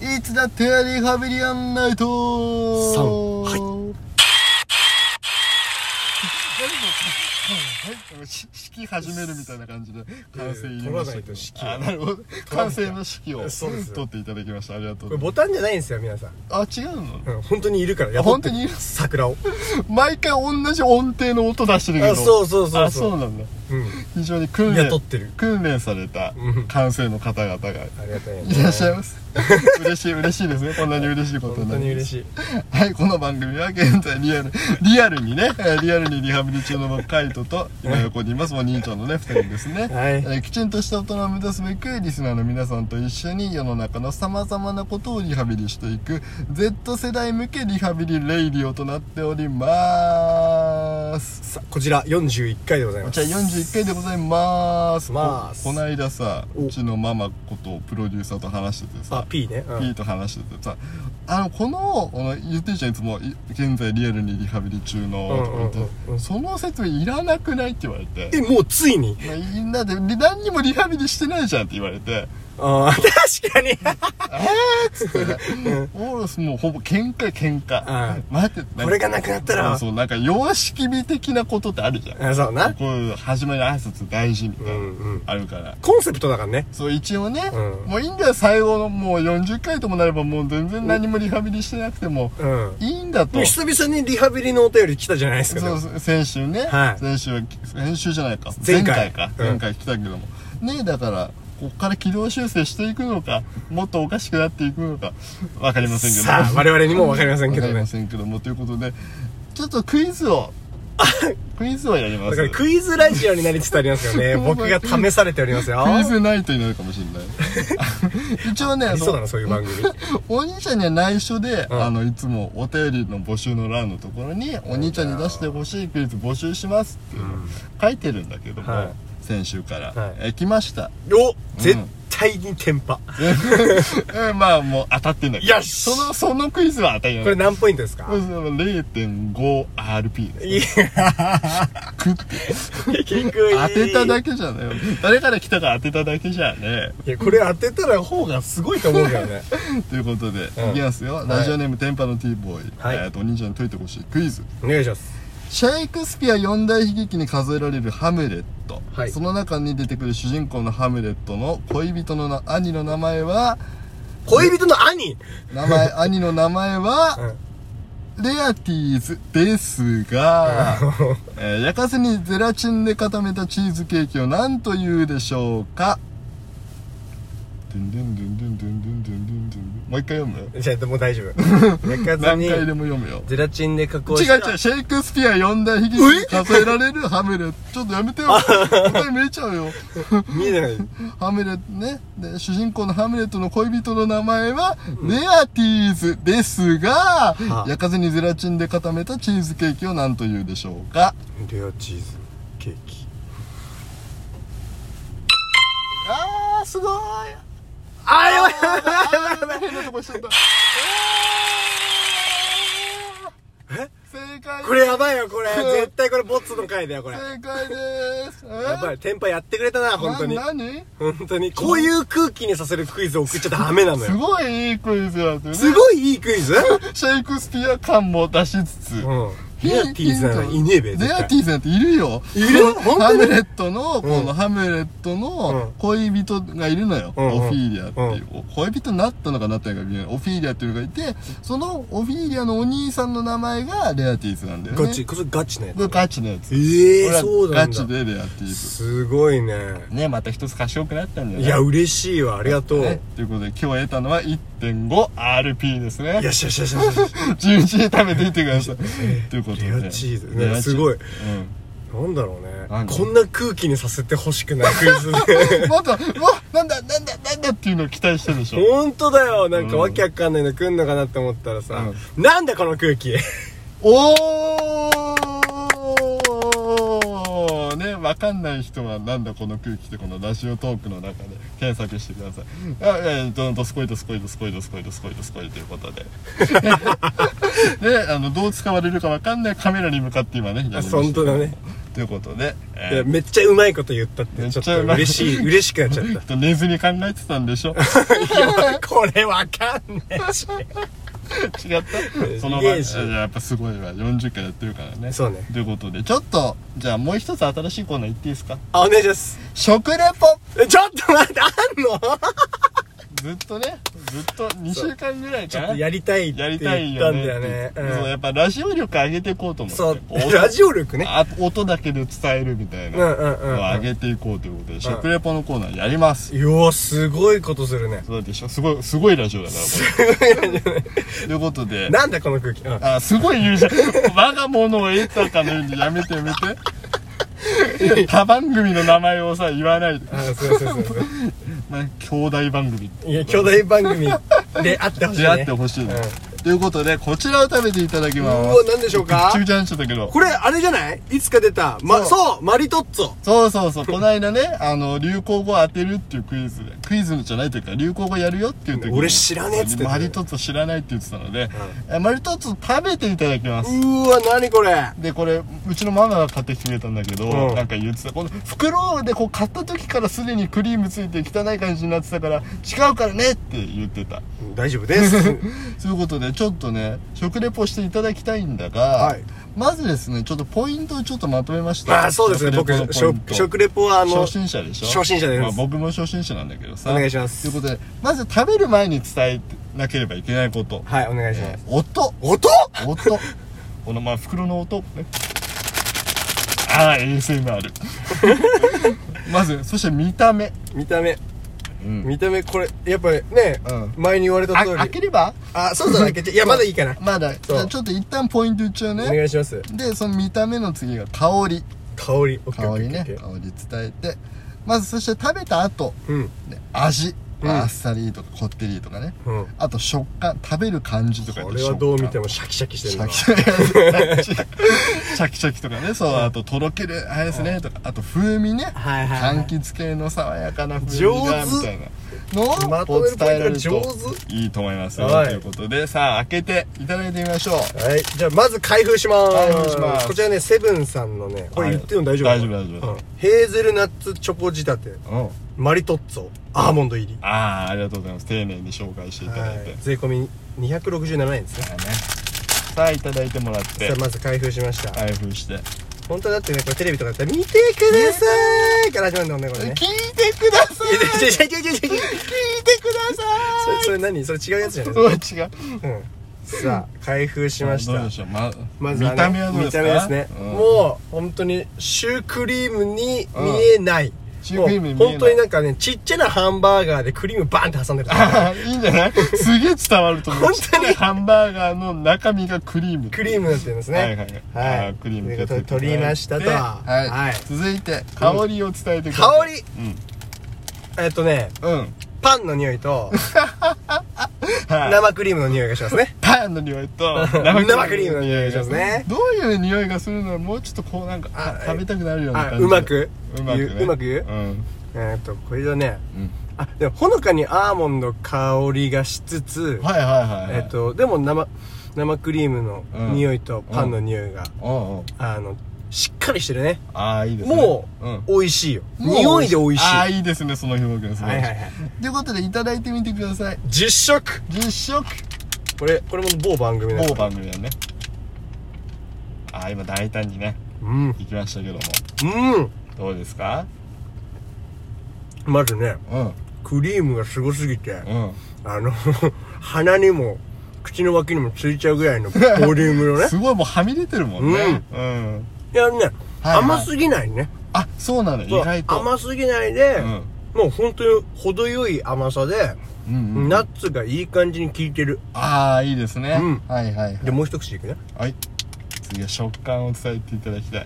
いつだってリハビリアンナイトさんはいはいし式始めるみたいな感じで完成入れ取まらしなたいけどと式あはなるほど完成の式をそうですよ取っていただきましたありがとこうれボタンじゃないんですよ皆さん、あ違うのうん、本当にいるからや本当にいる桜を毎回同じ音程の音出してるけどあそうそうそうそうあそうなんだうん非常に訓練雇ってる訓練されたうん完成の方々がいありがたいよらっしゃいまます、嬉しい嬉しいですねこんなに嬉しいこと本に当なにり嬉ますしいはいこの番組は現在リアルリアルにねえーリアルにリハビリ中のカイトと今横にいますお兄ちゃんのね2人ですね、はいえーきちんとした大人を目指すべくリスナーの皆さんと一緒に世の中のさまざまなことをリハビリしていく Z 世代向けリハビリレイディオとなっておりますさあこちら41回でございますじゃあ41回でございますまーすここないださおうちのママことプロデューサーと話しててあさ P ね、うん P と話しててさあのこのあの言ってるじゃんいつもい現在リアルにリハビリ中のとか言って、うんうんうんうんその説明いらなくないって言われてえもうついにまあみんなで何にもリハビリしてないじゃんって言われてああ確かにつってねオールスもうほぼ喧嘩喧嘩う待ってこれがなくなったそらうそうなんか様式美的なことってあるじゃんあそうなこういう始まりの挨拶大事みたいな、うんうんあるからコンセプトだからねそう、一応ね、うんもういいんだよ、最後のもう40回ともなれば、もう全然何もリハビリしてなくても、うんいいんだと。そ久々にリハビリのお便り来たじゃないですかでもうそう、先週ね、はい先週は、先週じゃないか、前回か、うん前回来たけども。ねえ、だから、ここから軌道修正していくのか、もっとおかしくなっていくのか、わかりませんけどさあ我々にも分かりませんけどわかりねませんけども、ということで、ちょっとクイズ を、クイズをやりまだす。からククイズラジオになりつつありますよ ね僕が試されておりますよイズナイトになるかもしれ ない。一応ね、ありそうのだなそういう番組お兄ちゃんには内緒で、うんあのいつもお便りの募集の欄のところに「お兄ちゃんに出してほしいクイズ募集します」っていうのを書いてるんだけども、はい先週から、はいえ来ま したお絶対にテンパえまあもう当たってんだけどよしそのそのクイズは当たりなこれい何ポイントですかこれ 0.5RP ですいや食って結局当てただけじゃね誰から来たか当てただけじゃねいやこれ当てたら方がすごいと思うけど ねということで、うんいきますよ、ラジオネーム「天パの T ボーイ」はいえーとお兄ちゃんに解いてほしいクイズお願いしますシェイクスピア四大悲劇に数えられるハムレット、はいその中に出てくる主人公のハムレットの恋人のな兄の名前は恋人の兄名前兄の名前は、レアティーズです が、えー焼かせにゼラチンで固めたチーズケーキを何と言うでしょうかドゥンドゥンドゥンドゥンドゥンドゥンドゥンドゥンドゥンもう一回読むじゃあもう大丈夫焼かず何に回でも読むよゼラチンで加工違うした違う、シェイクスピア四大悲劇に数えられるハムレット。ちょっとやめてよ。答え見えちゃうよ。見えてないハムレットね。で主人公のハムレットの恋人の名前は、レアティーズですが、あ焼かずにゼラチンで固めたチーズケーキを何と言うでしょうかレアチーズケーキあー、すごい。あやばいやばい変なとこしちゃった。え正解これやばいよこれ絶対これボッツの回だよこれ正解です。えやばいテンパやってくれたな本当にな何本当にこういう空気にさせるクイズを送っちゃダメなのすよごいいいクイズだったよね。すごいいいクイズシェイクスピア感も出しつつ、うんレアティーズなんかいねえべレ絶ア対ティーズなんているよ。いる本当にハムレットの、こうんのハムレットの恋人がいるのよ。うんうんオフィーリアっていう。恋人になったのかなってないのかみたいな。オフィーリアっていうのがいて、そのオフィーリアのお兄さんの名前がレアティーズなんだよね。ガチ。これガチねこれガチのやつ。ええこれはそうなんガチだでレアティーズ。すごいねね、また一つ賢くなったんだよいや嬉しいわありがとうね、ということで今日得たのは 1.5RP ですね。よしよしよしよしよし 11時食べていってください。ということで。レアチーズねレアチすごいうん。なんだろうね何こんな空気にさせてほしく ないクイズでまた、うわなんだ、なんだ、なんだっていうのを期待してるでしょ。本当だよなんかわけわかんないの来んのかなって思ったらさ、なんだこの空気おーね、わかんない人はなんだこの空気ってこのラジオトークの中で検索してください。あ、えー、どんどんすこいとすこいとすこいとすこいとすこいとすこいということで。で、あの、どう使われるかわかんないカメラに向かって今ね、やりました本当だね。ということで、えいやーめっちゃうまいこと言ったっめてっちちょっゃうとまい嬉しい嬉しくなっち ゃったきっと寝ずに考えてたんでしょこれわかんねえし。違ったその遺場合伝子じゃあやっぱすごいわ40回やってるからねそうねということでちょっとじゃあもう一つ新しいコーナー行っていいですかあ、お願いします。食レポえちょっと待って、あんのずっとねずっと2週間ぐらいちかょっなとやりたいってや言っりたたんいだよよね。ねって言ってうんそうやっぱラジオ力上げていこうと思ってそう音、ラジオ力ね。あ音だけで伝えるみたいなうんうんうんうのをん上げていこうということで、食レポのコーナーやります、いや、すごいことするね。 そうでしょすごいすごいラジオだからこれということでなんだこの空気。うんあすごい言うじゃん我が物を得たかのようにやめてやめて他番組の名前をさ言わないで、あ、そうそうそうそう。まあ、兄弟番組いや、巨大番組であってほしい出会っねて。ほしいね、うということでこちらを食べていただきうますわ、なんでしょうぐっかちゃぐちゃになっちゃったけどこれ、あれじゃないいつか出た。ま、そそう、マリトッツォ。そうそうそう、この間ね、あの、流行語を当てるっていうクイズ、クイズじゃないというか、流行語やるよっていう時に俺知らねえっつってたマリトッツォ知らないって言ってたので、えマリトッツォ食べていただきます。うわ、なにこれ。で、これ、うちのママが買ってきてくれたんだけど、うんなんか言ってた。この袋でこう買った時からすでにクリームついて汚い感じになってたから、違うからねって言ってた。大丈夫です。 そういうことで、ちょっとね、食レポしていただきたいんだが、はいまずですね、ちょっとポイントをちょっとまとめました。あ、そうですね。食僕レポの、ポイント食食レポは、あの初、心者でしょ初心者ですまあ、僕も初心者なんだけどさお願いしますということでまず食べる前に伝えなければいけないこと、はい、お願いします。音音音このまあ袋の音ねああ ASMR まずそして見た目、見た目。うん、見た目これやっぱりね、うん前に言われたあ通り開ければあそうだな開けていやまだいいかなまだじそうゃあちょっと一旦ポイント言っちゃうおね願いしますでその見た目の次が香り香りオッケーオ香ッケりーねオッケー香り伝えてまずそして食べた後、うんね、味、まあうんあっさりとかこってりとかねうんあと食感食べる感じとか言っこてれはどう見てももシャキシャキしてシるャなキシャキシャキシャキとかねそうあととろけるあれですねとかあと風味ねはいはいはい柑橘系の爽やかな風味が上み手たいなのまをとこめう伝るポイントがえられる上といいと思いますよはいということでさあ開けていただいてみましょうはいじゃあまず開封します開封しますこちらねセブンさんのねこれ言ってるの大丈夫、はい大丈夫大丈夫うんヘーゼルナッツチョコ仕立てうんマリトッツォアーモンド入りああありがとうございます丁寧に紹介していただいはてい税込み267円ですねだねさあいただいてもらってさあまず開封しました、開封して本当だってねこれテレビとかだったら「見てください」から始まるんだもんねこれねてくださいや違う違う違う違う違う聞いてくだそされそれ何それ違うやつじゃないそう違ううんさあ開封しましどうたでしょうままず見はねた目はどうで見すかた目ですねうんもう本当にシュークリームに見えないシュークリームに見えないもう本当になんかねちっちゃなハンバーガーでクリームバーンって挟んでる あーいいんじゃないすげえ伝わると思う本当にハンバーガーの中身がクリームクリームになってるんですねはいはいはいあークリーム気といをうつけことてで取りましたとではい、はい続いて香りを伝えてくださ香い、りえっとね うんうんパンの匂いとはい生クリームの匂いがしますねパンの匂い と生クリームの匂いがしますねどういう匂いがするのはもうちょっとこうなんかああ食べたくなるようなあ感じうまくうまく、ね、言ううまく言ううんえーっとこれだねうんあでもほのかにアーモンド香りがしつつはいはいはい、はい、えっと、でも生、生クリームの匂いとパンの匂いが、おうおうあの、しっかりしてるね。ああいいですねもう、うん美味しいよ。もう匂いで美味しい。ああはいいですねその表現すごはいいはい。ということでいただいてみてください実食実食これ、これも某番組だ某番組だねああ今大胆にねうん。うん。行きましたけどもどうですかまずね、うんクリームがすごすぎて、うんあの、 鼻にも、口の脇にもついちゃうぐらいのボリュームの ね。すごいもうはみ出てるもんねうん、いやね、はい甘すぎないね。あそうなの意外と甘すぎないで、うんもう本当に程よい甘さで、うんうんナッツがいい感じに効いてる。ああいいですね、うんはいはいはいで、もう一口いくね。はい次は食感を伝えていただきたい、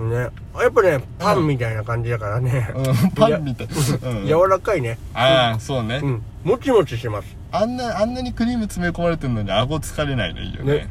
ねやっぱねパンみたいな感じだからね、うん、パンみたい、うん、柔らかいねああそうね、うんもちもちしてますあんなあんなにクリーム詰め込まれてるのに顎疲れないのいいよねね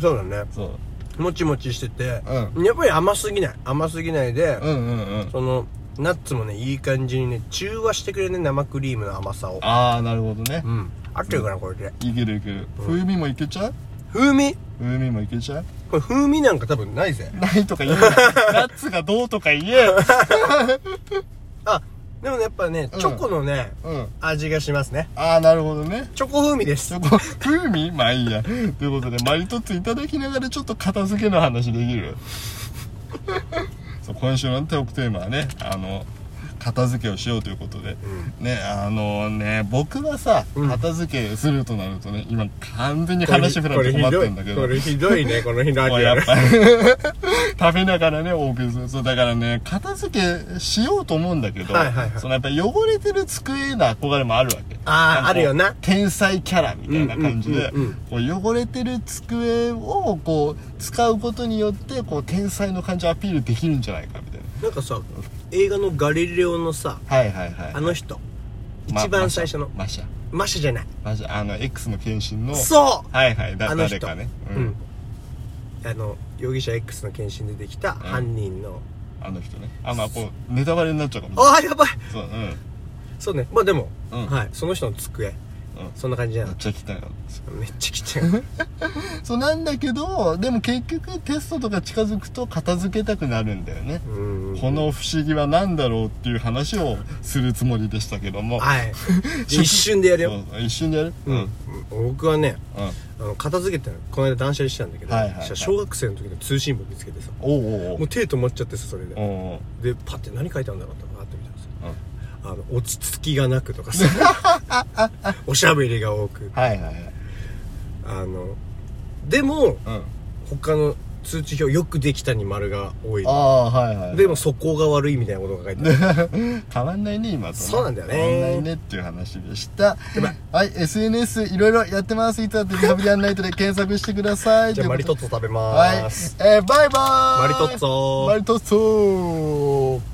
そうだねうんそうもちもちしてて、うやっぱり甘すぎない甘すぎないで、うんうんうんそのナッツもねいい感じにね中和してくれるね生クリームの甘さをああなるほどねうん合ってるかなこれでいけるいける風味もいけちゃう風味風味もいけちゃうこれ風味なんか多分ないぜ。ないとか 言うな。ナッツがどうとか言えよ。あ、でもね、やっぱね、うんチョコのね、うん。味がしますね。ああ、なるほど ね。チョコ風味でちすょ。っと、風味まあいいや。ということで、マリトッツォいただきながらちょっと片付けの話でき るそう今週のトークテーマはね、あの、片付けをしようということで。ね、あのね、僕はさ、うん片付けするとなるとね、今完全に話振られて困ってんだけど。これひど いね、このひどいもうねやこのっ日のぱ食べながらねお送りするそうだからね片付けしようと思うんだけど、はいはいはいそのやっぱ汚れてる机への憧れもあるわけあーんかあるよな天才キャラみたいな感じで、うんうんこう汚れてる机をこう使うことによってこう天才の感じをアピールできるんじゃないかみたいななんかさ、映画のガリレオのさ、はいはいはいあの人、ま一番最初の、マシャマシじゃない。マシャマシャあの X の検診のそうはいはいだあの人誰かね、うん、あの容疑者 X の検診でできた犯人の、あの人ねあまあこうネタバレになっちゃうかもああやばいそううんそうねまあでも、うんはいその人のう机んそんな感じじゃめなっいちゃ汚いめっちゃ来 てるそうなんだけどでも結局テストとか近づくと片付けたくなるんだよね、うんこの不思議は何だろうっていう話をするつもりでしたけどもはい一瞬でやるよそう一瞬でやるうん、僕はねうんあの片付けてたのこの間断捨離したんだけど、はいはいはいそしたら小学生の時の通信簿見つけてさおうおうもう手止まっちゃってさそれで、おうおうでパッて何書いてあるんだろうと思って見たらさおうあの落ち着きがなくとかさ おしゃべりが多くはいはいはいあのでもうん他の通知表よくできたに丸が多いああはいはいでも素行が悪いみたいなことが書い てある変わんないね今とそうなんだよね変わんないねっていう話でしたばいはい SNS いろいろやってますいつだってリハビリアンナイトで検索してください じゃあマリトッッツォ食べはいまーす、えーバイバーイマリトッツォーマリトッツォー